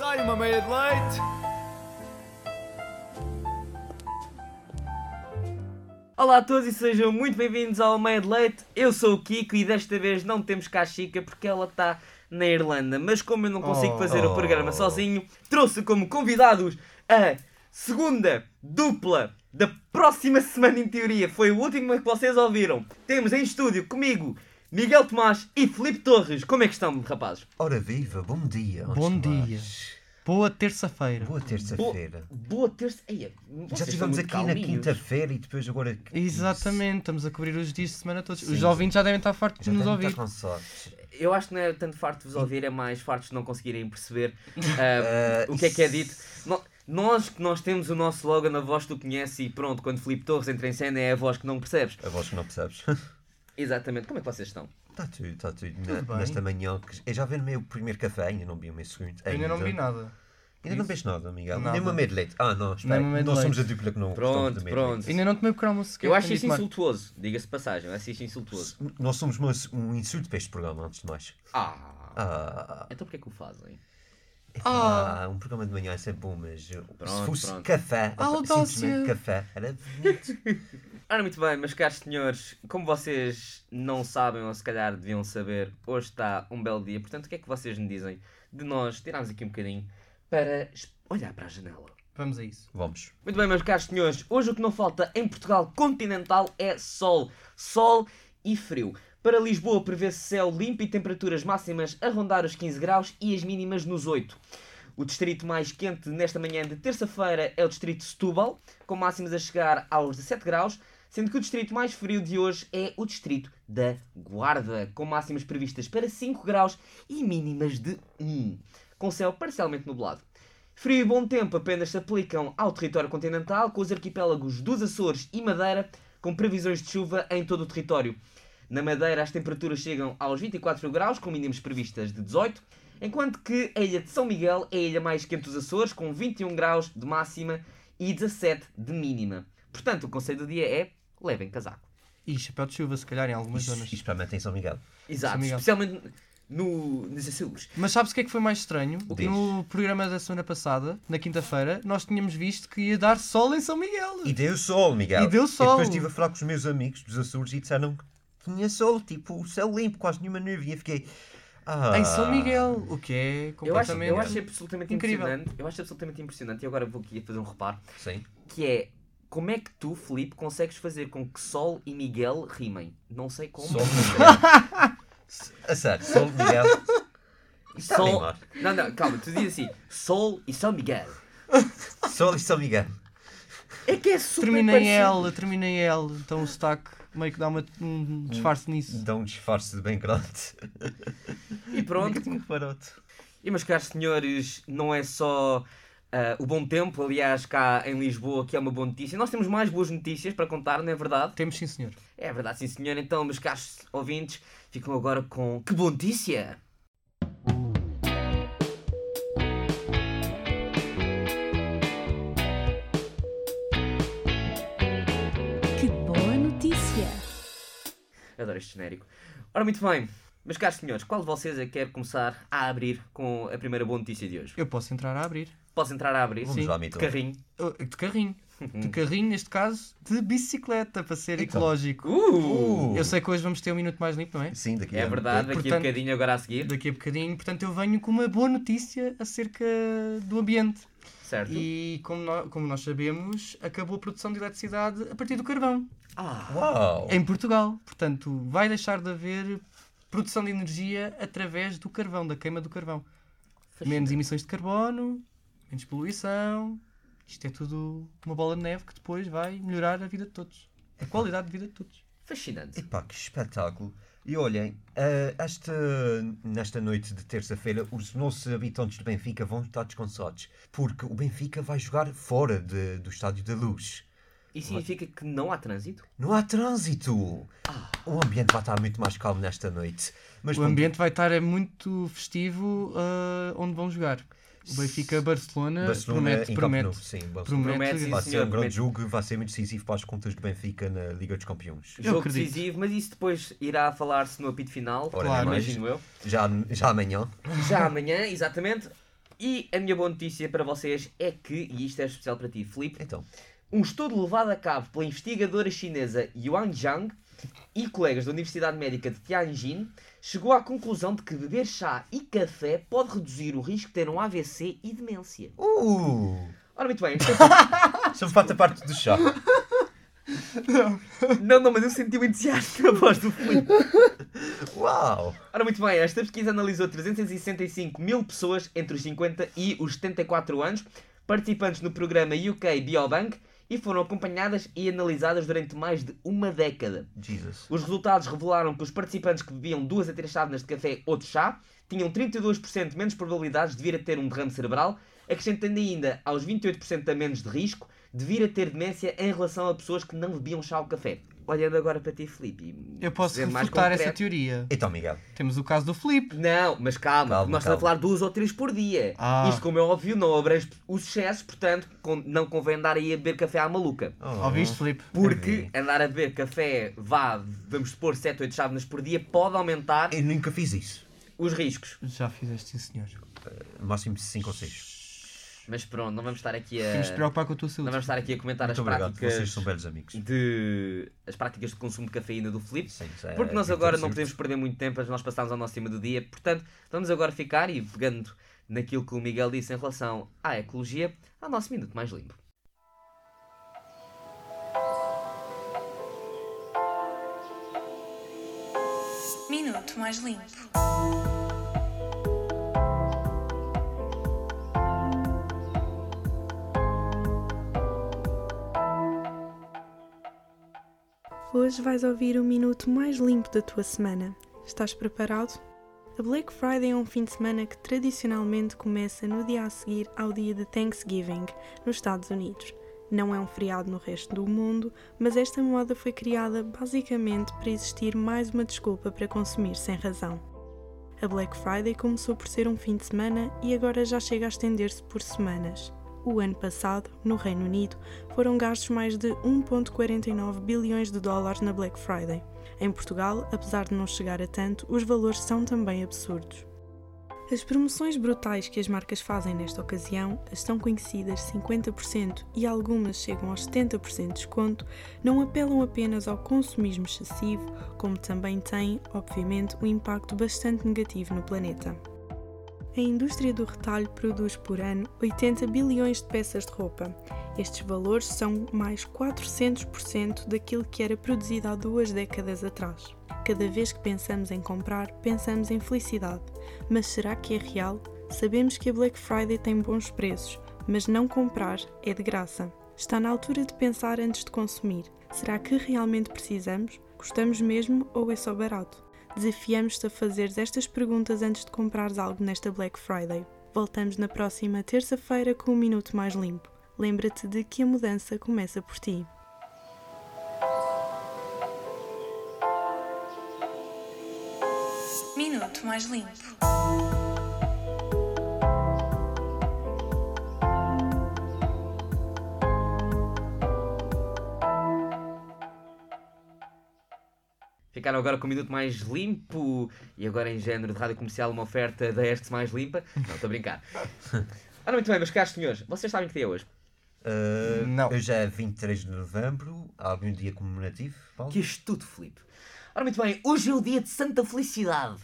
I made it late. Olá a todos e sejam muito bem-vindos ao Meio de Leite. Eu sou o Kiko e desta vez não temos cá a Chica porque ela está na Irlanda. Mas como eu não Oh. consigo fazer o programa sozinho, trouxe como convidados a segunda dupla da próxima semana em teoria. Foi o último que vocês ouviram. Temos em estúdio comigo Miguel Tomás e Felipe Torres. Como é que estão, rapazes? Ora viva, bom dia. antes Bom de dia. mais. Boa terça-feira. Boa Bo- terça-feira. Boa terça. Eia, Já vocês estão estivemos muito aqui na calminhos. quinta-feira e depois agora. Exatamente, estamos a cobrir os dias de semana todos. Sim, os já- ouvintes já devem estar fartos Já de nos está ouvir. muito com sorte. Eu acho que não é tanto farto de vos ouvir, é mais farto de não conseguirem perceber ah, Ah, o que é que é dito. No- nós que nós temos o nosso slogan, a voz que tu conheces, e pronto, quando Filipe Torres entra em cena é a voz que não percebes. A voz que não percebes. Exatamente, como é que vocês estão? Está Tá tudo, está tudo. Na- bem. nesta manhã. que- Eu já vi o meu primeiro café, ainda não vi o meu segundo. Eu ainda não vi ainda. nada. Ainda não vês nada, Miguel. Nada. Nem uma meia de leite. Ah, não, espera. Nem uma meia de Nós somos a leite. dupla que não gostamos Pronto, de meia de pronto. Ainda não tomei o cromo sequer. Eu acho assim tenho isso de tomar. insultuoso, diga-se de passagem, eu acho isso insultuoso. leite. Nós somos uma- um insulto para este programa, antes de mais. Ah, Ah, então porquê que o fazem? ah, um programa de manhã é sempre bom, mas uh, se Pronto, fosse pronto. café, A simplesmente Ah, audácia. café, era bonito. Ora, muito bem, meus caros senhores, como vocês não sabem, ou se calhar deviam saber, hoje está um belo dia, portanto, o que é que vocês me dizem de nós tirarmos aqui um bocadinho para es- olhar para a janela? Vamos a isso. Vamos. Muito bem, meus caros senhores, hoje o que não falta em Portugal continental é sol. Sol e frio. Para Lisboa prevê-se céu limpo e temperaturas máximas a rondar os 15 graus e as mínimas nos 8. O distrito mais quente nesta manhã de terça-feira é o distrito de Setúbal, com máximas a chegar aos 17 graus, sendo que o distrito mais frio de hoje é o distrito da Guarda, com máximas previstas para 5 graus e mínimas de 1, com céu parcialmente nublado. Frio e bom tempo apenas se aplicam ao território continental, com os arquipélagos dos Açores e Madeira, com previsões de chuva em todo o território. Na Madeira, as temperaturas chegam aos 24 graus, com mínimas previstas de 18, enquanto que a ilha de São Miguel é a ilha mais quente dos Açores, com 21 graus de máxima e 17 de mínima. Portanto, o conselho do dia é levem casaco. E chapéu de chuva, se calhar, em algumas Isso, zonas. isso para mim tem São Miguel. Exato, São Miguel. especialmente no, nos Açores. Mas sabes o que é que foi mais estranho? quê? No programa da semana passada, na quinta-feira, nós tínhamos visto que ia dar sol em São Miguel. E deu sol, Miguel. E deu E sol. depois estive a falar com os meus amigos dos Açores e disseram que tinha sol, tipo, o céu limpo, quase nenhuma nuvem. E eu fiquei. Ah, Em São Miguel, o que é Eu acho, completamente... eu acho absolutamente Incrível. impressionante. Eu acho absolutamente impressionante e agora vou aqui fazer um reparo. Sim. que é como é que tu, Filipe, consegues fazer com que Sol e Miguel rimem? Não sei Um como. Sol Miguel. a sério, sol Miguel. Está a Sol... rimar. Não, não, calma, tu dizes assim, Sol e São Miguel. Sol e São Miguel. É que é super Termina em parecido. L, termina em L. Então o sotaque meio que dá uma- um disfarce nisso. Dá um disfarce de bem grande. Um E pronto. Muito barato. E meus caros senhores, não é só ah, o bom tempo, aliás, cá em Lisboa, que é uma boa notícia. Nós temos mais boas notícias para contar, não é verdade? Temos sim, senhor. É verdade, sim senhor. Então, meus caros ouvintes, ficam agora com que boa notícia! Que boa notícia! Adoro este genérico. Ora, muito bem. Meus caros senhores, qual de vocês é que quer começar a abrir com a primeira boa notícia de hoje? Eu posso entrar a abrir. Posso entrar a abrir? Vamos Sim, lá, De Mito. carrinho. Oh, De carrinho. De carrinho, neste caso, de bicicleta, para ser Então. ecológico. Uh! Eu sei que hoje vamos ter um minuto mais limpo, não é? Sim, daqui É a- um verdade, daqui a Portanto- bocadinho agora a seguir. Daqui a bocadinho, portanto, eu venho com uma boa notícia acerca do ambiente. Certo. E como nós, como nós sabemos, acabou a produção de eletricidade a partir do carvão Ah, Uau! em Portugal. Portanto, vai deixar de haver produção de energia através do carvão, da queima do carvão. Menos emissões de carbono, menos poluição. Isto é tudo uma bola de neve que depois vai melhorar a vida de todos. A qualidade de vida de todos. fascinante. Epá, que espetáculo! E olhem, eh, esta, nesta noite de terça-feira, os nossos habitantes do Benfica vão estar desconsolos, porque o Benfica vai jogar fora de- do Estádio da Luz. Isso significa que não há trânsito? Não há trânsito! O ambiente vai estar muito mais calmo nesta noite. Mas O pronto, ambiente vai estar é muito festivo ah, onde vão jogar. O Benfica Barcelona, Barcelona eh, promete, em Camp Nou, promete. sim, Barcelona. promete. Promete, sim, Vai ser senhor. um grande promete. jogo e vai ser muito decisivo para as contas do Benfica na Liga dos Campeões. Eu Jogo acredito. decisivo, mas isso depois irá falar-se no apito final, Ora, Claro. nem mais. imagino eu. Já, já amanhã. Já amanhã, exatamente. E a minha boa notícia para vocês é que, e isto é especial para ti, Filipe, Então, um estudo levado a cabo pela investigadora chinesa Yuan Zhang e colegas da Universidade Médica de Tianjin chegou à conclusão de que beber chá e café pode reduzir o risco de ter um AVC e demência. uh, Ora, muito bem. só falta a parte do chá. não, não, mas eu senti o entusiasmo na voz do Filipe. Uau! Ora, muito bem, esta pesquisa analisou 365 mil pessoas entre os 50 e os 74 anos, participantes no programa UK Biobank, e foram acompanhadas e analisadas durante mais de uma década. Jesus. Os resultados revelaram que os participantes que bebiam duas a três chávenas de café ou de chá tinham 32% menos probabilidades de vir a ter um derrame cerebral, acrescentando ainda aos 28% a menos de risco de vir a ter demência em relação a pessoas que não bebiam chá ou café. Olhando agora para ti, Filipe. e Eu posso ser mais refutar concreto. essa teoria. Então, Miguel, Temos o caso do Flip. Não, mas calma, Calma, nós estamos a falar calma. duas ou três por dia. Ah. Isto, como é óbvio, não abrange os excessos, portanto, con- não convém andar aí a beber café à maluca. Oh. Ouviste, Flip? Porque Uhum. andar a beber café, vá, vamos supor, 7, 8 chávenas por dia, pode aumentar eu nunca fiz isso. os riscos. Já fizeste, sim, senhor. No máximo 5 ou 6. Mas pronto, não vamos estar aqui Temos de a. preocupar com a tua É. Não saúde. vamos estar aqui a comentar Muito as obrigado, vocês práticas são belos amigos. de. as práticas de consumo de cafeína do Felipe. Sim, sim, Porque nós é, agora é não certo. podemos perder muito tempo, nós passámos ao nosso tema do dia. Portanto, vamos agora ficar e pegando naquilo que o Miguel disse em relação à ecologia, ao nosso minuto mais limpo. Minuto mais limpo. Hoje vais ouvir o minuto mais limpo da tua semana. Estás preparado? A Black Friday é um fim de semana que tradicionalmente começa no dia a seguir ao dia de Thanksgiving, nos Estados Unidos. Não é um feriado no resto do mundo, mas esta moda foi criada basicamente para existir mais uma desculpa para consumir sem razão. A Black Friday começou por ser um fim de semana e agora já chega a estender-se por semanas. O ano passado, no Reino Unido, foram gastos mais de 1,49 bilhões de dólares na Black Friday. Em Portugal, apesar de não chegar a tanto, os valores são também absurdos. As promoções brutais que as marcas fazem nesta ocasião, as tão conhecidas 50% e algumas chegam aos 70% de desconto, não apelam apenas ao consumismo excessivo, como também têm, obviamente, um impacto bastante negativo no planeta. A indústria do retalho produz por ano 80 bilhões de peças de roupa. Estes valores são mais 400% daquilo que era produzido há duas décadas atrás. Cada vez que pensamos em comprar, pensamos em felicidade. Mas será que é real? Sabemos que a Black Friday tem bons preços, mas não comprar é de graça. Está na altura de pensar antes de consumir. Será que realmente precisamos? Gostamos mesmo ou é só barato? Desafiamos-te a fazeres estas perguntas antes de comprares algo nesta Black Friday. Voltamos na próxima terça-feira com um minuto mais limpo. Lembra-te de que a mudança começa por ti. Minuto mais limpo. Ficaram agora com o minuto mais limpo e agora em género de rádio comercial uma oferta da Estes mais limpa. Não, estou a brincar. Ora, muito bem, meus caros senhores, vocês sabem que dia é hoje? Ah, Não. Hoje é 23 de novembro, há algum dia comemorativo, Paulo? Que estudo, Filipe. Ora, muito bem, hoje é o dia de Santa Felicidade.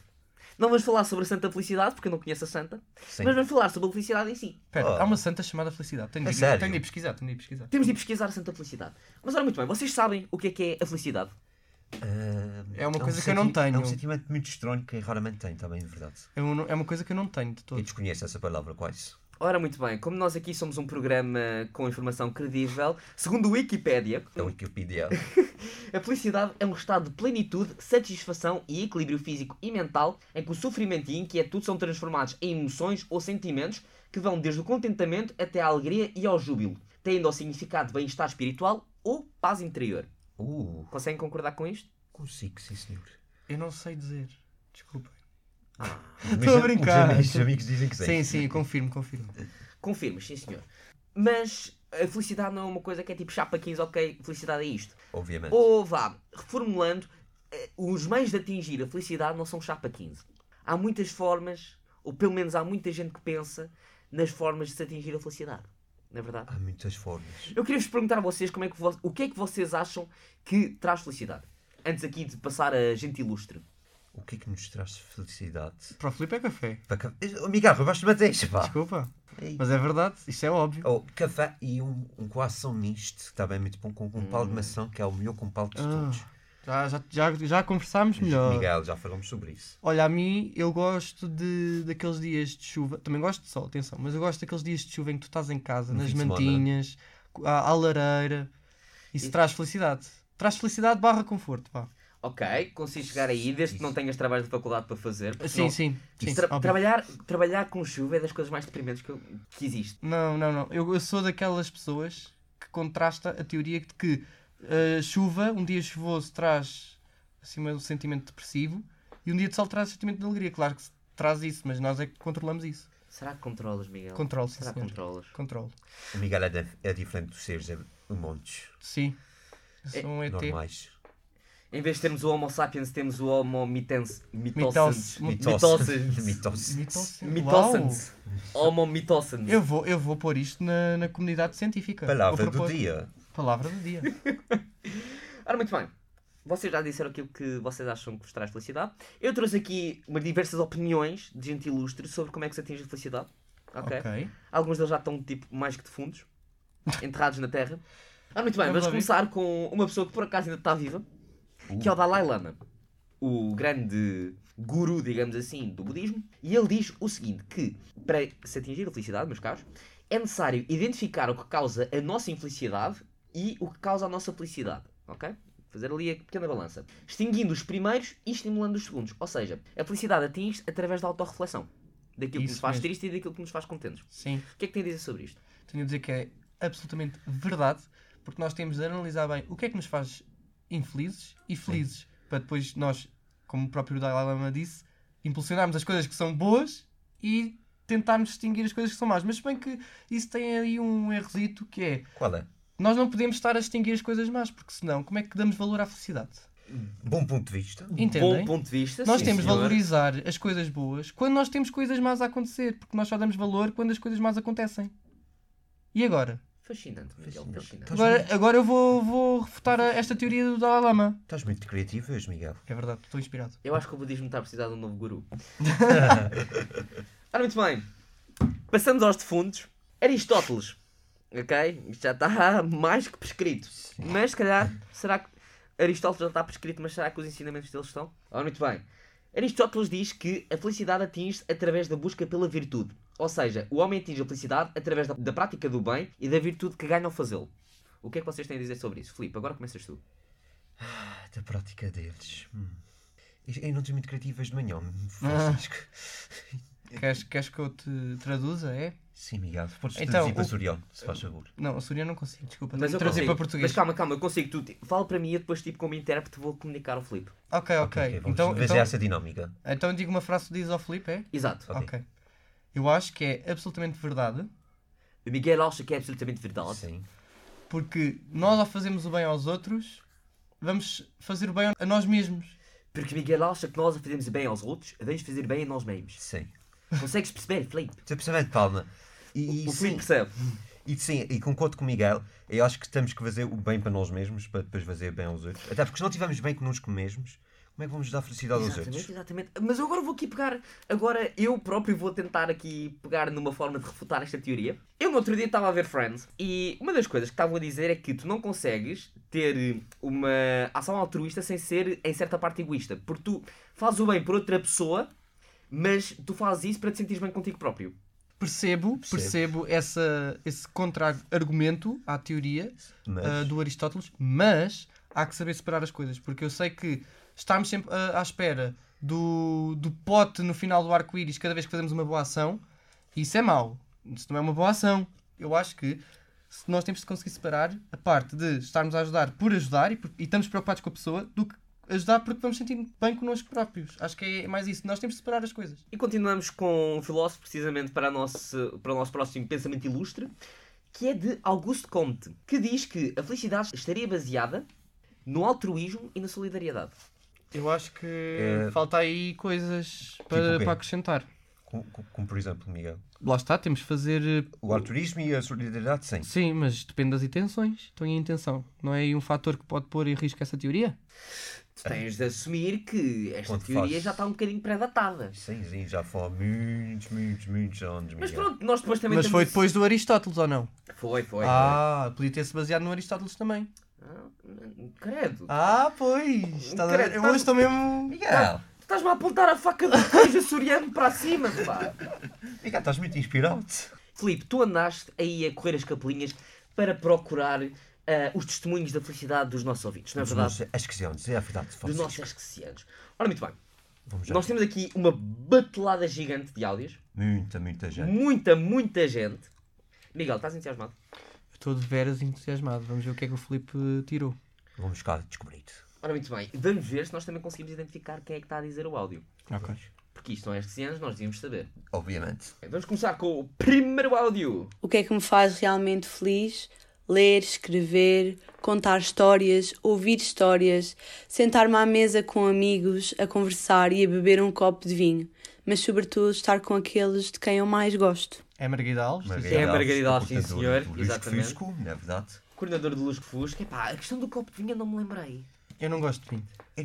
Não vamos falar sobre a Santa Felicidade, porque eu não conheço a Santa, Sim. mas vamos falar sobre a felicidade em si. Espera, Oh. há uma santa chamada Felicidade. Tenho É de, sério? tenho de ir pesquisar, tenho de ir pesquisar. Temos de ir pesquisar a Santa Felicidade. Mas ora, muito bem, vocês sabem o que é que é a felicidade? Ah, É uma um coisa que eu não senti- É um tenho. sentimento muito estranho que raramente tem também, de verdade. É um- é uma coisa que eu não tenho de Eu todo. desconheço essa palavra quase. Ora, muito bem, como nós aqui somos um programa com informação credível, segundo o Wikipédia, É o Wikipedia. a felicidade é um estado de plenitude, satisfação e equilíbrio físico e mental em que o sofrimento e inquietude são transformados em emoções ou sentimentos que vão desde o contentamento até à alegria e ao júbilo, tendo ao significado de bem-estar espiritual ou paz interior. Uh, Conseguem concordar com isto? consigo, sim senhor. Eu não sei dizer. Desculpa. Mas a brincar. Os amigos, os amigos dizem que sim. Sim, sim, confirmo, confirmo. Confirmo, sim senhor. Mas a felicidade não é uma coisa que é tipo chapa 15, ok, felicidade é isto. Obviamente. Oh. Ou vá, reformulando, eh, os meios de atingir a felicidade não são chapa 15. Há muitas formas, ou pelo menos há muita gente que pensa, nas formas de se atingir a felicidade. Não é verdade? Há muitas formas. Eu queria vos perguntar a vocês como é que vo- o que é que vocês acham que traz felicidade. Antes aqui de passar a gente ilustre. O que é que nos traz felicidade? Para o Filipe é café. Para ca- Oh, Miguel, roubaste-me a deixa, pá. Desculpa. Ei. Mas é verdade, isto é óbvio. Oh, café e um, um coração misto, que também é muito bom, com com um pau de maçã, que é o melhor compal de todos. Já, já, já, já conversámos melhor. Miguel, já falamos sobre isso. Olha, a mim eu gosto de, daqueles dias de chuva. Também gosto de sol, atenção, mas eu gosto daqueles dias de chuva em que tu estás em casa, No nas fim de semana. mantinhas, co- à, à lareira. Isso E- traz felicidade. Traz felicidade barra conforto, pá. Ok, consigo chegar aí, desde que não tenhas trabalhos de faculdade para fazer. porque Sim, senão- sim. sim Tra- óbvio. trabalhar, trabalhar com chuva é das coisas mais deprimentes que, eu- que existe. Não, não, não. Eu, eu sou daquelas pessoas que contrasta a teoria de que uh, chuva, um dia chuvoso traz assim um sentimento depressivo e um dia de sol traz sentimento de alegria. Claro que se traz isso, mas nós é que controlamos isso. Será que controlas, Miguel? Controlo, sim, Será que senhor. controlas? Controlo. O Miguel é, de- é diferente dos seres humanos Sim. Eu Sou um ET. normais. Em vez de termos o Homo sapiens, temos o Homo mitens, mitocens. Mitose. Mitocens. Mitose. Mitose. Uau. Mitocens. Homo mitocens. Eu vou, eu vou pôr isto na, na comunidade científica. Palavra Vou do propor- dia. Palavra do dia. Ora, muito bem. Vocês já disseram aquilo que vocês acham que vos traz felicidade. Eu trouxe aqui umas diversas opiniões de gente ilustre sobre como é que se atinge a felicidade. Ok. ok. Alguns deles já estão tipo mais que defuntos, enterrados na terra. Ora, muito bem, Vamos vamos lá começar ver. com uma pessoa que por acaso ainda está viva, que é Uh. o Dalai Lama, o grande guru, digamos assim, do budismo. E ele diz o seguinte: que para se atingir a felicidade, meus caros, é necessário identificar o que causa a nossa infelicidade e o que causa a nossa felicidade, ok? Fazer ali a pequena balança. Extinguindo os primeiros e estimulando os segundos. Ou seja, a felicidade atinge através da autorreflexão. Daquilo que Isso nos faz mesmo. tristes e daquilo que nos faz contentes. Sim. O que é que tem a dizer sobre isto? tenho a dizer que é absolutamente verdade, porque nós temos de analisar bem o que é que nos faz infelizes e felizes, para depois nós, como o próprio Dalai Lama disse, impulsionarmos as coisas que são boas e tentarmos distinguir as coisas que são más. Mas se bem que isso tem aí um errozito que é, Qual é? nós não podemos estar a distinguir as coisas más, porque senão como é que damos valor à felicidade? Bom ponto de vista. Entendem? Bom ponto de vista. Nós sim, temos de senhor. valorizar as coisas boas quando nós temos coisas más a acontecer, porque nós só damos valor quando as coisas más acontecem. E agora? Fascinante, Então, Miguel, Fascinante. fascinante. Estás Agora, agora eu vou, vou refutar a- esta teoria do Dalai Lama. Estás muito criativo hoje, Miguel. É verdade, estou inspirado. Eu acho que o budismo está a precisar de um novo guru. Ora, muito bem. Passamos aos defuntos. Aristóteles. Ok? Isto já está mais que prescrito. Mas, se calhar, será que... Aristóteles já está prescrito, mas será que os ensinamentos deles estão? Ora, muito bem. Aristóteles diz que a felicidade atinge-se através da busca pela virtude. Ou seja, o homem atinge a felicidade através da, da prática do bem e da virtude que ganha ao fazê-lo. O que é que vocês têm a dizer sobre isso? Filipe, agora começas tu. Ah, Da prática deles. Hum. Eu não estou muito criativo hoje de manhã, hum, Francisco. É. Queres, queres que eu te traduza? É? Sim, Miguel. Podes Então, traduzir o- para Soriano, se faz favor. Não, a Surya não consigo, desculpa. Mas Mas eu traduzir consigo. para português. Mas calma, calma, eu consigo. Tu, ti- fala para mim e eu depois, tipo, como intérprete, vou comunicar ao Filipe. Ok, ok. Ok, vamos então, fazer é então, assim. essa dinâmica. então digo uma frase que diz ao Filipe, é? Exato. Ok. ok. Eu acho que é absolutamente verdade, O Miguel acha que é absolutamente verdade. Sim. porque nós ao fazermos o bem aos outros, vamos fazer o bem a nós mesmos. Porque Miguel acha que nós fazemos bem aos outros, devemos fazer bem a nós mesmos. Sim. Consegues perceber, Filipe? Estou percebendo, Palma. E, O e sim, Filipe percebe. e sim, e concordo com o Miguel. Eu acho que temos que fazer o bem para nós mesmos, para depois fazer bem aos outros. Até porque se não estivermos bem connosco mesmos, como é que vamos dar felicidade aos Exatamente, outros? exatamente. Mas eu agora vou aqui pegar. Agora eu próprio vou tentar aqui pegar numa forma de refutar esta teoria. Eu no outro dia estava a ver Friends e uma das coisas que estavam a dizer é que tu não consegues ter eh, uma ação altruísta sem ser em certa parte egoísta. Porque tu fazes o bem por outra pessoa, mas tu fazes isso para te sentires bem contigo próprio. Percebo, percebo essa, esse contra-argumento à teoria, Mas, uh, do Aristóteles, mas há que saber separar as coisas, porque eu sei que estarmos sempre uh, à espera do, do pote no final do arco-íris cada vez que fazemos uma boa ação, isso é mau. Isso não é uma boa ação. Eu acho que se nós temos de conseguir separar a parte de estarmos a ajudar por ajudar e, por- e estamos preocupados com a pessoa, do que ajudar porque vamos sentir bem connosco próprios. Acho que é mais isso. Nós temos de separar as coisas. E continuamos com um filósofo precisamente para, a nosso, para o nosso próximo pensamento ilustre, que é de Auguste Comte, que diz que a felicidade estaria baseada no altruísmo e na solidariedade. Eu acho que É- falta aí coisas para- o quê? para acrescentar. Como, como, por exemplo, Miguel? Lá está, temos de fazer. eh, O altruísmo e a solidariedade, sim. Sim, mas depende das intenções. Então e a intenção? Não é aí um fator que pode pôr em risco essa teoria? Tu tens de assumir que esta Quando teoria fazes- já está um bocadinho pré-datada. Sim, sim, já foi há muitos, muitos, muitos anos, Miguel. Mas pronto, nós depois também Mas temos... foi depois do Aristóteles ou não? Foi, foi. ah, podia ter-se baseado no Aristóteles também. Ah, n- credo. Ah, pois! Estás a ver? Credo, Eu tá- hoje estou mesmo. Miguel, Tu estás-me a apontar a faca do queijo açoriano para cima, pá. Miguel, estás muito inspirado. É Filipe, tu andaste aí a correr as capelinhas para procurar ah, os testemunhos da felicidade dos nossos ouvintes, não é Dos verdade? nossos- Acho que sim, é a verdade. Dos vocês- nossos esquecianos. Ora, muito bem. Vamos já. Nós temos aqui uma batelada gigante de áudios. Muita, muita gente. Muita, muita gente. Miguel, estás entusiasmado? Estou de veras entusiasmado. Vamos ver o que é que o Filipe tirou. Vamos cá descobrir. Ora, muito bem. Vamos ver se nós também conseguimos identificar quem é que está a dizer o áudio. Ok. Porque isto não é esquecianos, nós devíamos saber. Obviamente. Bem, Vamos começar com o primeiro áudio. O que é que me faz realmente feliz? Ler, escrever, contar histórias, ouvir histórias, sentar-me à mesa com amigos, a conversar e a beber um copo de vinho, mas sobretudo estar com aqueles de quem eu mais gosto. É Margarida Alves? É a Margarida Alves, sim, portadora senhor, do risco exatamente. Físico, não é verdade? Coordenador de Luz que Fusca. Epá, a questão do copo de vinho eu não me lembrei. Eu não gosto de vinho. Eu,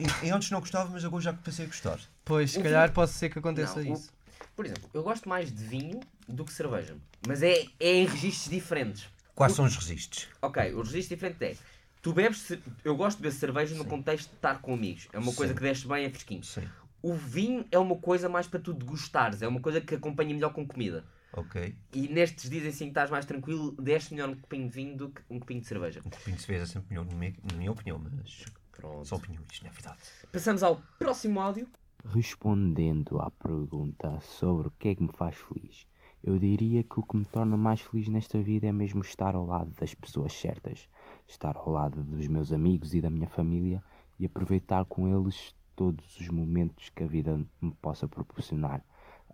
eu- eu antes não gostava, mas agora já que passei a gostar. Pois, se calhar pode ser que aconteça Não, o- isso. Por exemplo, eu gosto mais de vinho do que cerveja. Mas é, é em registros diferentes. Quais são os registros? Ok, o registro diferente é. Tu bebes. ce- Eu gosto de beber cerveja no contexto de estar com amigos. É uma coisa Sim. que desce bem a fresquinho. Sim. O vinho é uma coisa mais para tu degustares. É uma coisa que acompanha melhor com comida. Ok. E nestes dias assim que estás mais tranquilo, desce melhor um copinho de vinho do que um copinho de cerveja. Um copinho de cerveja é sempre melhor, na minha, na minha opinião, mas Pronto. são opiniões, não é verdade? Passamos ao próximo áudio. Respondendo à pergunta sobre o que é que me faz feliz, eu diria que o que me torna mais feliz nesta vida é mesmo estar ao lado das pessoas certas, estar ao lado dos meus amigos e da minha família e aproveitar com eles todos os momentos que a vida me possa proporcionar.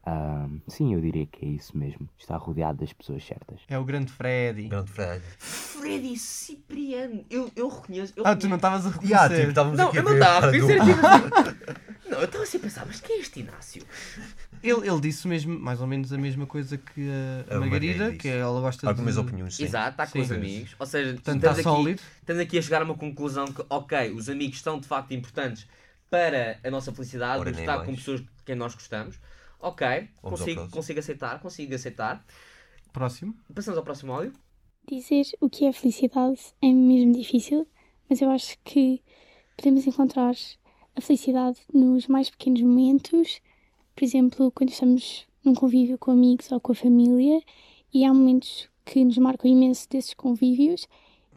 Ah, sim, eu diria que é isso mesmo, estar rodeado das pessoas certas. É o grande Freddy. Grande Fred. Freddy Cipriano. Eu, eu reconheço. Eu Ah, tu reconheço. não estavas a reconhecer. Yeah, tipo, estávamos Não, aqui eu a não ver estava a a cara do- reconhecer. tipo assim. Não, eu estava assim a pensar, mas quem é este Inácio? Ele, ele disse mesmo, mais ou menos a mesma coisa que a, A a Margarida, Margarida que disse. ela gosta Algumas de... opiniões, sim. Exato, está com Sim. os amigos. Ou seja, Portanto, estamos está aqui- sólido. Estamos aqui a chegar a uma conclusão que, ok, os amigos são de facto importantes para a nossa felicidade, Ora, de nem estar mais. com pessoas de quem nós gostamos. Ok, ao consigo, próximo. consigo aceitar, consigo aceitar. Próximo. Passamos ao próximo áudio. Dizer o que é felicidade é mesmo difícil, mas eu acho que podemos encontrar a felicidade nos mais pequenos momentos, por exemplo, quando estamos num convívio com amigos ou com a família, e há momentos que nos marcam imenso desses convívios,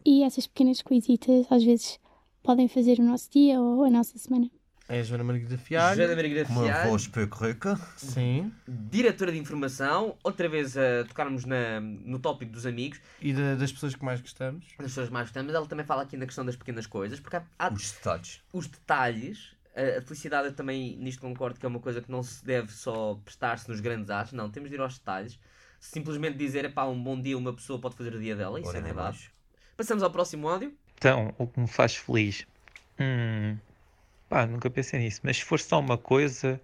e essas pequenas coisitas às vezes podem fazer o nosso dia ou a nossa semana. É a Joana Margarida Fialho. Joana Maria Com uma Fialho, voz pouco rica. Sim. diretora de informação, outra vez a tocarmos na- no tópico dos amigos, E da- das pessoas que mais gostamos. das pessoas mais gostamos, mas ela também fala aqui na questão das pequenas coisas, porque há, há Os detalhes. os detalhes. A a felicidade, eu também nisto concordo que é uma coisa que não se deve só prestar-se nos grandes atos, não, temos de ir aos detalhes. Simplesmente dizer, epá, um bom dia uma pessoa pode fazer o dia dela, isso Ora, é nem verdade. mais. Passamos ao próximo áudio. Então, o que me faz feliz? Hum, pá, nunca pensei nisso, mas se for só uma coisa,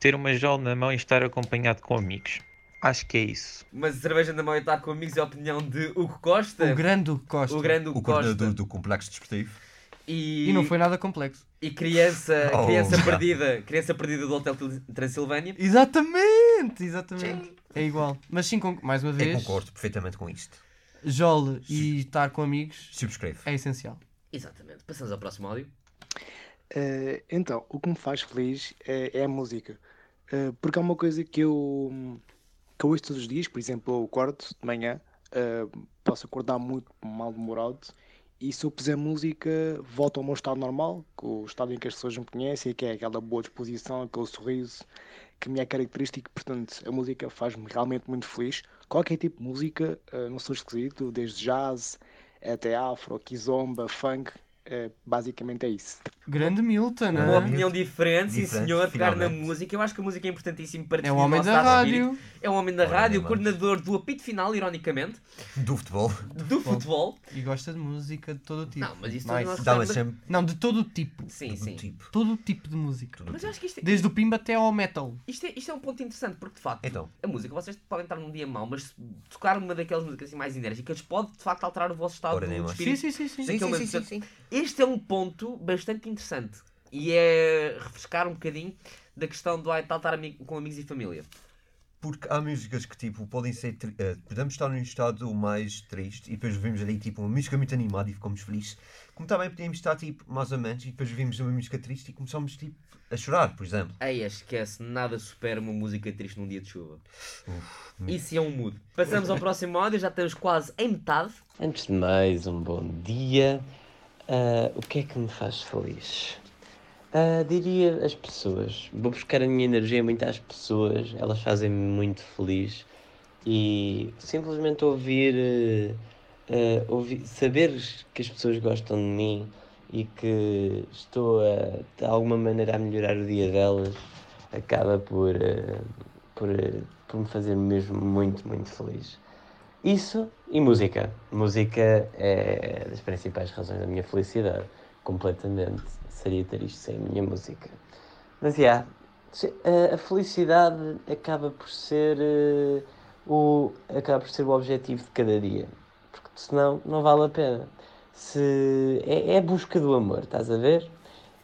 ter uma jola na mão e estar acompanhado com amigos. Acho que é isso. Mas a cerveja na mão e estar com amigos é a opinião de Hugo Costa. O grande Hugo Costa. O grande Hugo O Costa. coordenador do complexo desportivo. E, E não foi nada complexo. e criança, Oh, criança já. perdida. Criança perdida do Hotel Transilvânia. Exatamente, exatamente. É igual. Mas sim, con- mais uma Eu vez, É, concordo perfeitamente com isto. Jole e estar com amigos Subscrevo. é essencial. Exatamente. Passamos ao próximo áudio. Eh, então, o que me faz feliz é, é a música. Eh, porque é uma coisa que eu, que eu ouço todos os dias, por exemplo, eu acordo de manhã, eh, posso acordar muito mal-humorado, e se eu puser música, volto ao meu estado normal, que o estado em que as pessoas me conhecem, que é aquela boa disposição, aquele sorriso que me é característico. Portanto, a música faz-me realmente muito feliz. Qualquer tipo de música, eh, não sou esquisito, desde jazz até afro, kizomba, funk, eh, basicamente é isso. Grande Milton, Boa Uma né? opinião diferente, sim Diferente, senhor, pegar na finalmente. música. Eu acho que a música é importantíssimo para É um definir o homem nosso da estado de espírito. rádio. É um homem da Olha, rádio, mas- coordenador do apito final, ironicamente, do futebol. do futebol. E gosta de música de todo o tipo. Não, é mas isso Mais. nós Dava sabemos- sempre Não, de todo o tipo. Sim, do sim. tipo. Todo o tipo de música. Mas eu acho que isto é, Desde o Pimba até ao metal. isto, é, isto é um ponto interessante, porque de facto, Então, a música, vocês podem estar num dia mau, mas se tocar uma daquelas músicas assim mais enérgicas pode de facto alterar o vosso estado Ora, nem de mais. Sim, espírito. sim, sim, sim. Sim, sim, sim, sim, Este é um ponto bastante interessante e é refrescar um bocadinho da questão do ah, tal estar ami- com amigos e família. porque há músicas que tipo podem ser. tri- eh, podemos estar num estado mais triste e depois vimos ali tipo uma música muito animada e ficamos felizes. Como também podíamos estar tipo mais ou menos e depois vimos uma música triste e começamos tipo a chorar, por exemplo. Ei, esquece, nada supera uma música triste num dia de chuva. Isso é um mood. Passamos ao próximo áudio, já estamos quase em metade. Antes de mais, um bom dia. Ah, o que é que me faz feliz? Ah, diria as pessoas. Vou buscar a minha energia muito às pessoas, elas fazem-me muito feliz. E simplesmente ouvir, eh, ah, ouvir, saber que as pessoas gostam de mim e que estou a, de alguma maneira a melhorar o dia delas, acaba por, eh, por, eh, por me fazer mesmo muito, muito feliz. Isso e música. Música é das principais razões da minha felicidade. Completamente. Seria triste sem a minha música. Mas, yeah, se- a, a felicidade acaba por ser eh, o acaba por ser o objetivo de cada dia. Porque senão não vale a pena. Se, é, é a busca do amor, estás a ver?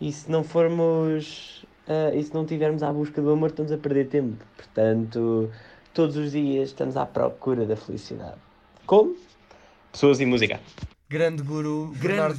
E se não formos. ah, e se não tivermos à busca do amor, estamos a perder tempo. Portanto, todos os dias estamos à procura da felicidade. Como? Pessoas e música. Grande guru. Bernardo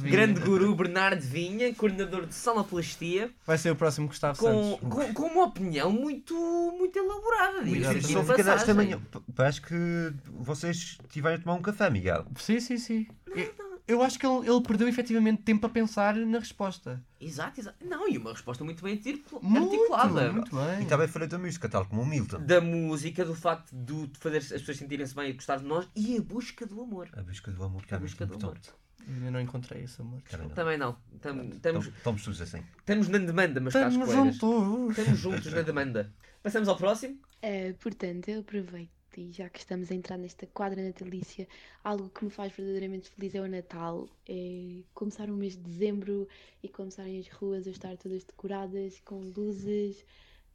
Grande, Vinha. grande guru Bernardo Vinha, coordenador de sonoplastia, Vai ser o próximo Gustavo com, Santos. com, com uma opinião muito, muito elaborada. diga-se Exato. aqui Só de porque esta passagem. manhã. p- Parece que vocês tiveram a tomar um café, Miguel. Sim, sim, sim. Eu, eu acho que ele, ele perdeu efetivamente tempo a pensar na resposta. Exato, exato. Não, e uma resposta muito bem articul- Muito, articulada. muito bem. E também falei da música, tal como o Milton. Da música, do facto de de fazer as pessoas sentirem-se bem e gostar de nós e a busca do amor. A busca do amor, que é A muito busca do amor. importante. Ainda não encontrei esse amor. Também não. Também não. Tam- Estamos Então, Tom- Estamos todos assim. estamos na demanda, meus caros Estamos colegas. juntos. Estamos juntos na demanda. Passamos ao próximo. Ah, portanto, eu aproveito e já que estamos a entrar nesta quadra natalícia, algo que me faz verdadeiramente feliz é o Natal. É começar o mês de dezembro e começarem as ruas a estar todas decoradas, com luzes,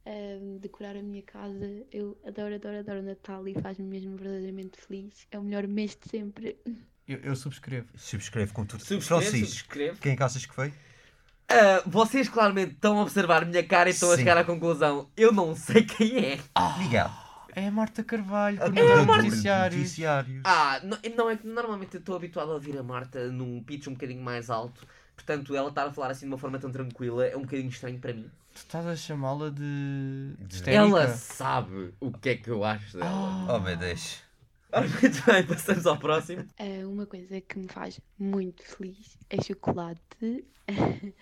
ahm, decorar a minha casa. Eu adoro, adoro, adoro o Natal e faz-me mesmo verdadeiramente feliz. É o melhor mês de sempre. Eu, eu subscrevo. Subscreve com tudo. Subscreve, Francisco, subscreve. quem é que achas que foi? Ah, vocês claramente estão a observar a minha cara e estão a Sim. chegar à conclusão. Eu não sei quem é. Miguel. É a Marta é Carvalho, A coordenadora dona de do- noticiários. noticiários. Ah, não, não é que normalmente eu estou habituado a ouvir a Marta num pitch um bocadinho mais alto. Portanto, ela estar a falar assim de uma forma tão tranquila é um bocadinho estranho para mim. Tu estás a chamá-la de. de histérica? Ela sabe o que é que eu acho dela. Oh, meu Deus. Ora, muito bem, passamos ao próximo. Ah, uma coisa que me faz muito feliz é chocolate.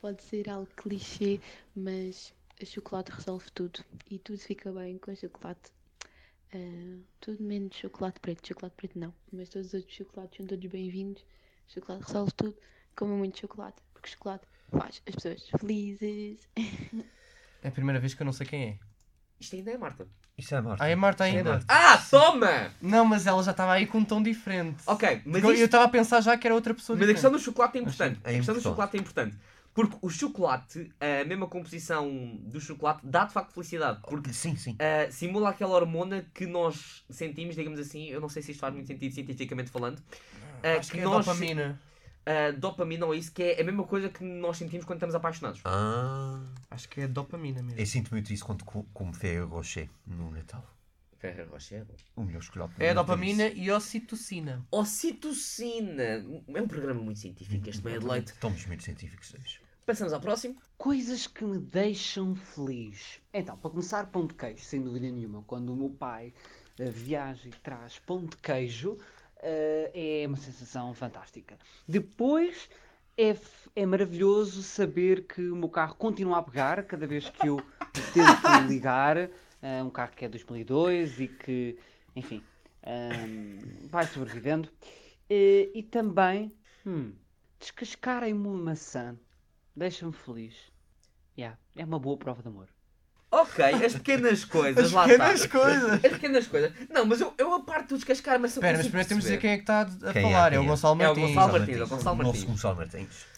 Pode ser algo clichê, mas chocolate resolve tudo e tudo fica bem com chocolate. Ah, tudo menos chocolate preto. Chocolate preto não, mas todos os outros chocolates são todos bem-vindos. Chocolate resolve tudo. Comam muito chocolate, porque chocolate faz as pessoas felizes. É a primeira vez que eu não sei quem é. Isto ainda é Marta. Isso é a Marta. Ah, é Marta Isso é a ainda. Marta. Ah, toma! Não, mas ela já estava aí com um tom diferente. Ok, mas Eu- isto... Eu estava a pensar já que era outra pessoa Mas a diferente. questão do chocolate é importante. é a questão do importante. chocolate é importante. Porque o chocolate, a mesma composição do chocolate, dá de facto felicidade. Porque Sim, sim. ah, simula aquela hormona que nós sentimos, digamos assim, eu não sei se isto faz muito sentido cientificamente falando. ah, Acho que é nós- dopamina. ah, dopamina ou isso, que é a mesma coisa que nós sentimos quando estamos apaixonados. Ah, Acho que é dopamina mesmo. eu sinto muito isso quando co- como foi a Rocher no Natal. Ferreira Rocher. O melhor chocolate. do É Natal. dopamina e ocitocina. Ocitocina. É um programa muito científico, este meio de Uhum. leite. Estamos muito científicos hoje. Passamos ao próximo. Coisas que me deixam feliz. Então, para começar, pão de queijo, sem dúvida nenhuma. Quando o meu pai eh, viaja e traz pão de queijo, eh, é uma sensação fantástica. Depois, é, f- é maravilhoso saber que o meu carro continua a pegar cada vez que eu tento ligar. eh, um carro que é 2002 e que, enfim, ahm, vai sobrevivendo. Eh, e também, Eh, hum, descascarem-me uma maçã deixa-me feliz. Yeah, é uma boa prova de amor. Ok, as pequenas coisas, As lá pequenas está. coisas. As pequenas coisas. Não, mas eu, eu a parte do descascar maçã Espera, mas consigo primeiro temos de perceber. dizer quem é que está a a falar. É, o Gonçalo É o Martins. Gonçalo Martins, é o Gonçalo Martins. Gonçalo Martins.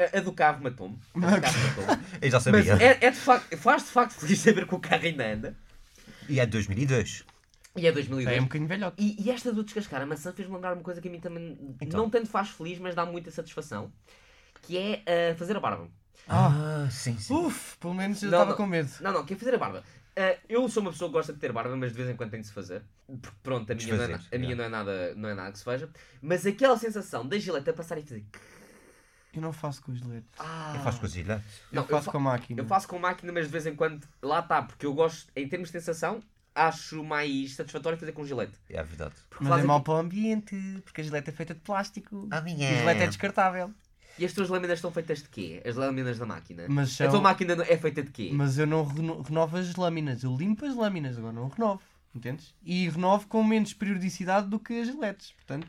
A, a do carro matou-me. A do carro matou-me. Eu já sabia. Mas é, é de facto, faz de facto feliz saber que o carro ainda anda. E é de 2002. E é 2002. É um bocadinho velhote. E, e esta do descascar a maçã fez-me lembrar uma coisa que a mim também Então. não tanto faz feliz, mas dá muita satisfação, que é ah, fazer a barba. Ah, sim, sim. Uf, pelo menos eu Não, estava não. com medo. Não, não, quer fazer a barba. Ah, eu sou uma pessoa que gosta de ter barba, mas de vez em quando tem de se fazer. Porque pronto, a minha, não é, na- Desfazer, a minha não, é nada, não é nada que se veja. Mas aquela sensação da gileta a passar e fazer. Eu não faço com os leitos. Ah. Eu faço com a gilete. Eu faço fa- com a máquina. Eu faço com a máquina, mas de vez em quando. Lá está, porque eu gosto, em termos de sensação, acho mais satisfatório fazer com gilete. tipo, É verdade. Mas é mau para o ambiente, porque a gilete é feita de plástico. A minha E a gilete é descartável. E as tuas lâminas estão feitas de quê? As lâminas da máquina? Mas A tua são- máquina não- é feita de quê? Mas eu não reno- renovo as lâminas, eu limpo as lâminas, agora não renovo, entendes? E renovo com menos periodicidade do que as giletes, portanto,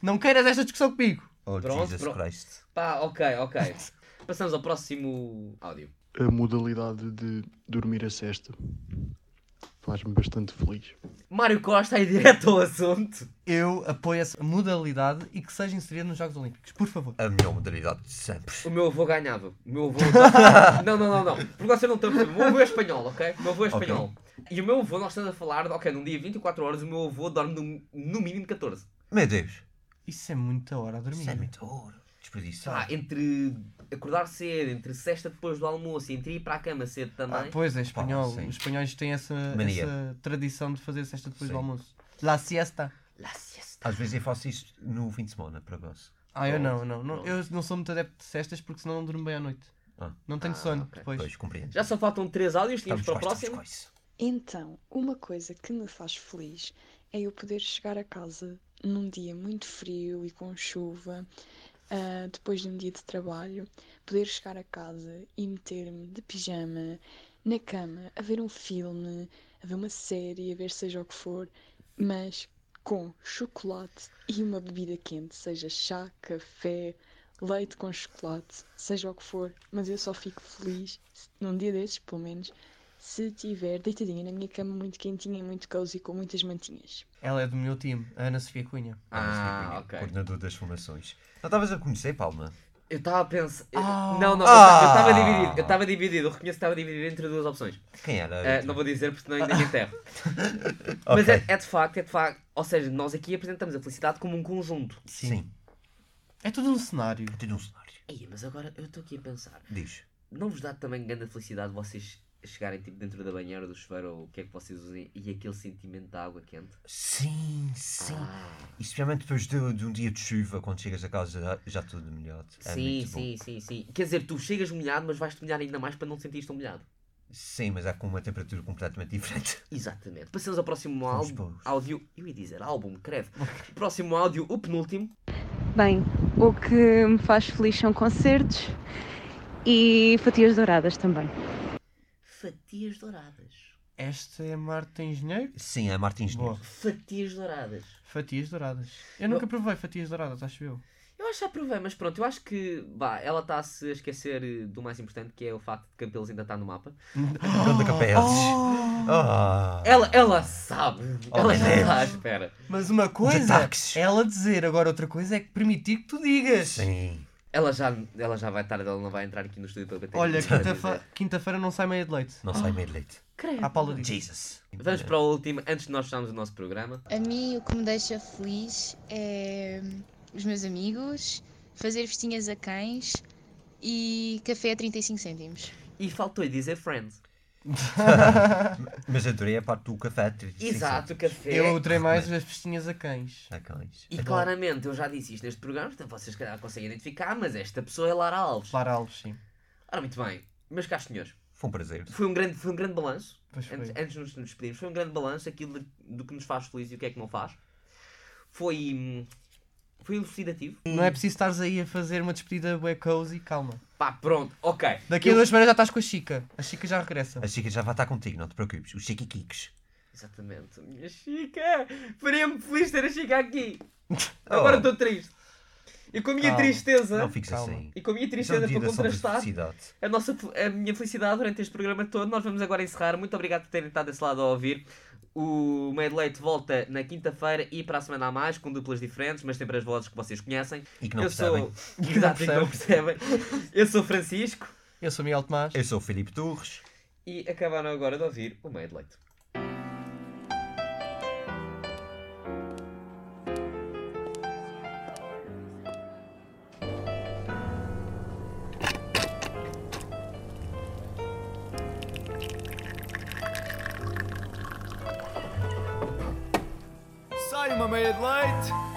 não queiras esta discussão comigo. Oh, Pronto, Jesus pronto. Christ. Pá, ok, ok. Passamos ao próximo áudio. A modalidade de dormir a cesta faz-me bastante feliz. Mário Costa aí direto ao assunto. Eu apoio essa modalidade e que seja inserida nos Jogos Olímpicos, por favor. A melhor modalidade de sempre. O meu avô ganhava. O meu avô. não, não, não, não. Porque você não tem. O meu avô é espanhol, ok? O meu avô é espanhol. E o meu avô, nós estamos a falar, de, ok, num dia 24 horas, o meu avô dorme no, no mínimo 14. Meu Deus. Isso é muita hora a dormir. Isso é muita hora. Desperdiçar. Tá. Pá, entre acordar cedo, entre sexta depois do almoço, e entre ir para a cama cedo também. Ah, Pois é, espanhol. Pá, sim. Os espanhóis têm essa, Mania. essa tradição de fazer cesta depois Sim. do almoço. La siesta. Às vezes eu faço isto no fim de semana, por acaso. Ah, eu não, não, não. Eu não sou muito adepto de cestas porque senão não durmo bem à noite. Ah. Não tenho Ah, sono ok. depois. Pois, compreendo. Já só faltam 3 áudios, tínhamos Estamos para o quase, próximo. Então, uma coisa que me faz feliz é eu poder chegar a casa num dia muito frio e com chuva, ah, depois de um dia de trabalho, poder chegar a casa e meter-me de pijama na cama a ver um filme, a ver uma série, a ver seja o que for, mas com chocolate e uma bebida quente, seja chá, café, leite com chocolate, seja o que for, mas eu só fico feliz se- num dia desses, pelo menos. Se tiver deitadinha na minha cama, muito quentinha e muito cozy, com muitas mantinhas. Ela é do meu time, a Ana Sofia Cunha. Ah, ok. é, Coordenador das formações. Não estavas a conhecer, Palma? Eu estava a pensar. eu- Ah. Não, não, eu ta- eu Ah. estava dividido. Eu estava dividido. Eu reconheço que estava dividido entre duas opções. Quem era a Ah, outra? não vou dizer porque senão ainda me enterro. Mas é, é de facto, é de facto. Ou seja, nós aqui apresentamos a felicidade como um conjunto. Sim. É tudo um cenário. É tudo um cenário. Ei, mas agora eu estou aqui a pensar. Diz. Não vos dá também grande felicidade vocês chegarem tipo dentro da banheira ou do chuveiro ou o que é que vocês usem e aquele sentimento da água quente? Sim, sim. E especialmente depois de, de um dia de chuva, quando chegas a casa já, já tudo melhor. É sim, muito bom. sim, sim, sim. Quer dizer, tu chegas molhado, mas vais-te molhar ainda mais para não te sentires tão molhado. Sim, mas é com uma temperatura completamente diferente. Exatamente. Passamos ao próximo Vamos álbum. Áudio. Eu ia dizer álbum, credo. Próximo áudio, o penúltimo. Bem, o que me faz feliz são concertos e fatias douradas também. Fatias douradas. Esta é Marta Engenheiro? Sim, é Marta Engenheiro. Fatias douradas. Fatias douradas. Eu nunca provei fatias douradas, acho eu. Eu acho que já provei, mas pronto, eu acho que bah, ela está-se a esquecer eh, do mais importante que é o facto de Campelos ainda está no mapa. Anda Campelos. Ah. Oh. Ela, ela sabe. Oh, ela já Deus. está à espera. Mas uma coisa é ela dizer, agora outra coisa é que permitir que tu digas. Sim. Ela já, ela já vai tarde, ela não vai entrar aqui no estúdio para bater. Olha, nisso, para quinta-fe- dizer. quinta-feira não sai meia de leite. Não sai meia de leite. À Paula diz. Jesus. Oh. Vamos para o último, antes de nós fecharmos o nosso programa. A mim o que me deixa feliz é os meus amigos, fazer festinhas a cães e café a 35 cêntimos. E faltou dizer Friends. Mas adorei a parte do café. 35 Exato, o cêntimos. café. Eu adorei mais as festinhas a cães. A cães. E claramente, eu já disse isto neste programa, portanto vocês se calhar conseguem identificar, mas esta pessoa é Lara Alves. Lara Alves, sim. Ora, muito bem. Meus caros senhores, Foi um prazer. Foi um grande, foi um grande balanço. Pois foi. Antes, antes de nos nos despedirmos, foi um grande balanço aquilo de- do que nos faz feliz e o que é que não faz. Foi. hum, Foi elucidativo. Não é preciso estares aí a fazer uma despedida bué cozy, calma. Pá, pronto, ok. Daqui a Eu- duas semanas já estás com a Chica. A Chica já regressa. A Chica já vai estar contigo, não te preocupes. Os Chiquiquiques. Exatamente. Minha Chica! Faria-me feliz ter a Chica aqui! Agora estou triste. E com a minha Oh. Calma, tristeza. não fiques assim. E com a minha Isso é um tristeza dia para da sombra de contrastar. felicidade. A, nossa, a minha felicidade durante este programa todo. Nós vamos agora encerrar. Muito obrigado por terem estado desse lado a ouvir. O Meio de Leite volta na quinta-feira e para a semana a mais, com duplas diferentes, mas sempre as vozes que vocês conhecem. E que não Eu sou... percebem. Exato, e que não percebem. percebem. Eu sou Francisco. Eu sou Miguel Tomás. Eu sou o Filipe Torres. E acabaram agora de ouvir o Meio de Leite. Sai uma meia de leite.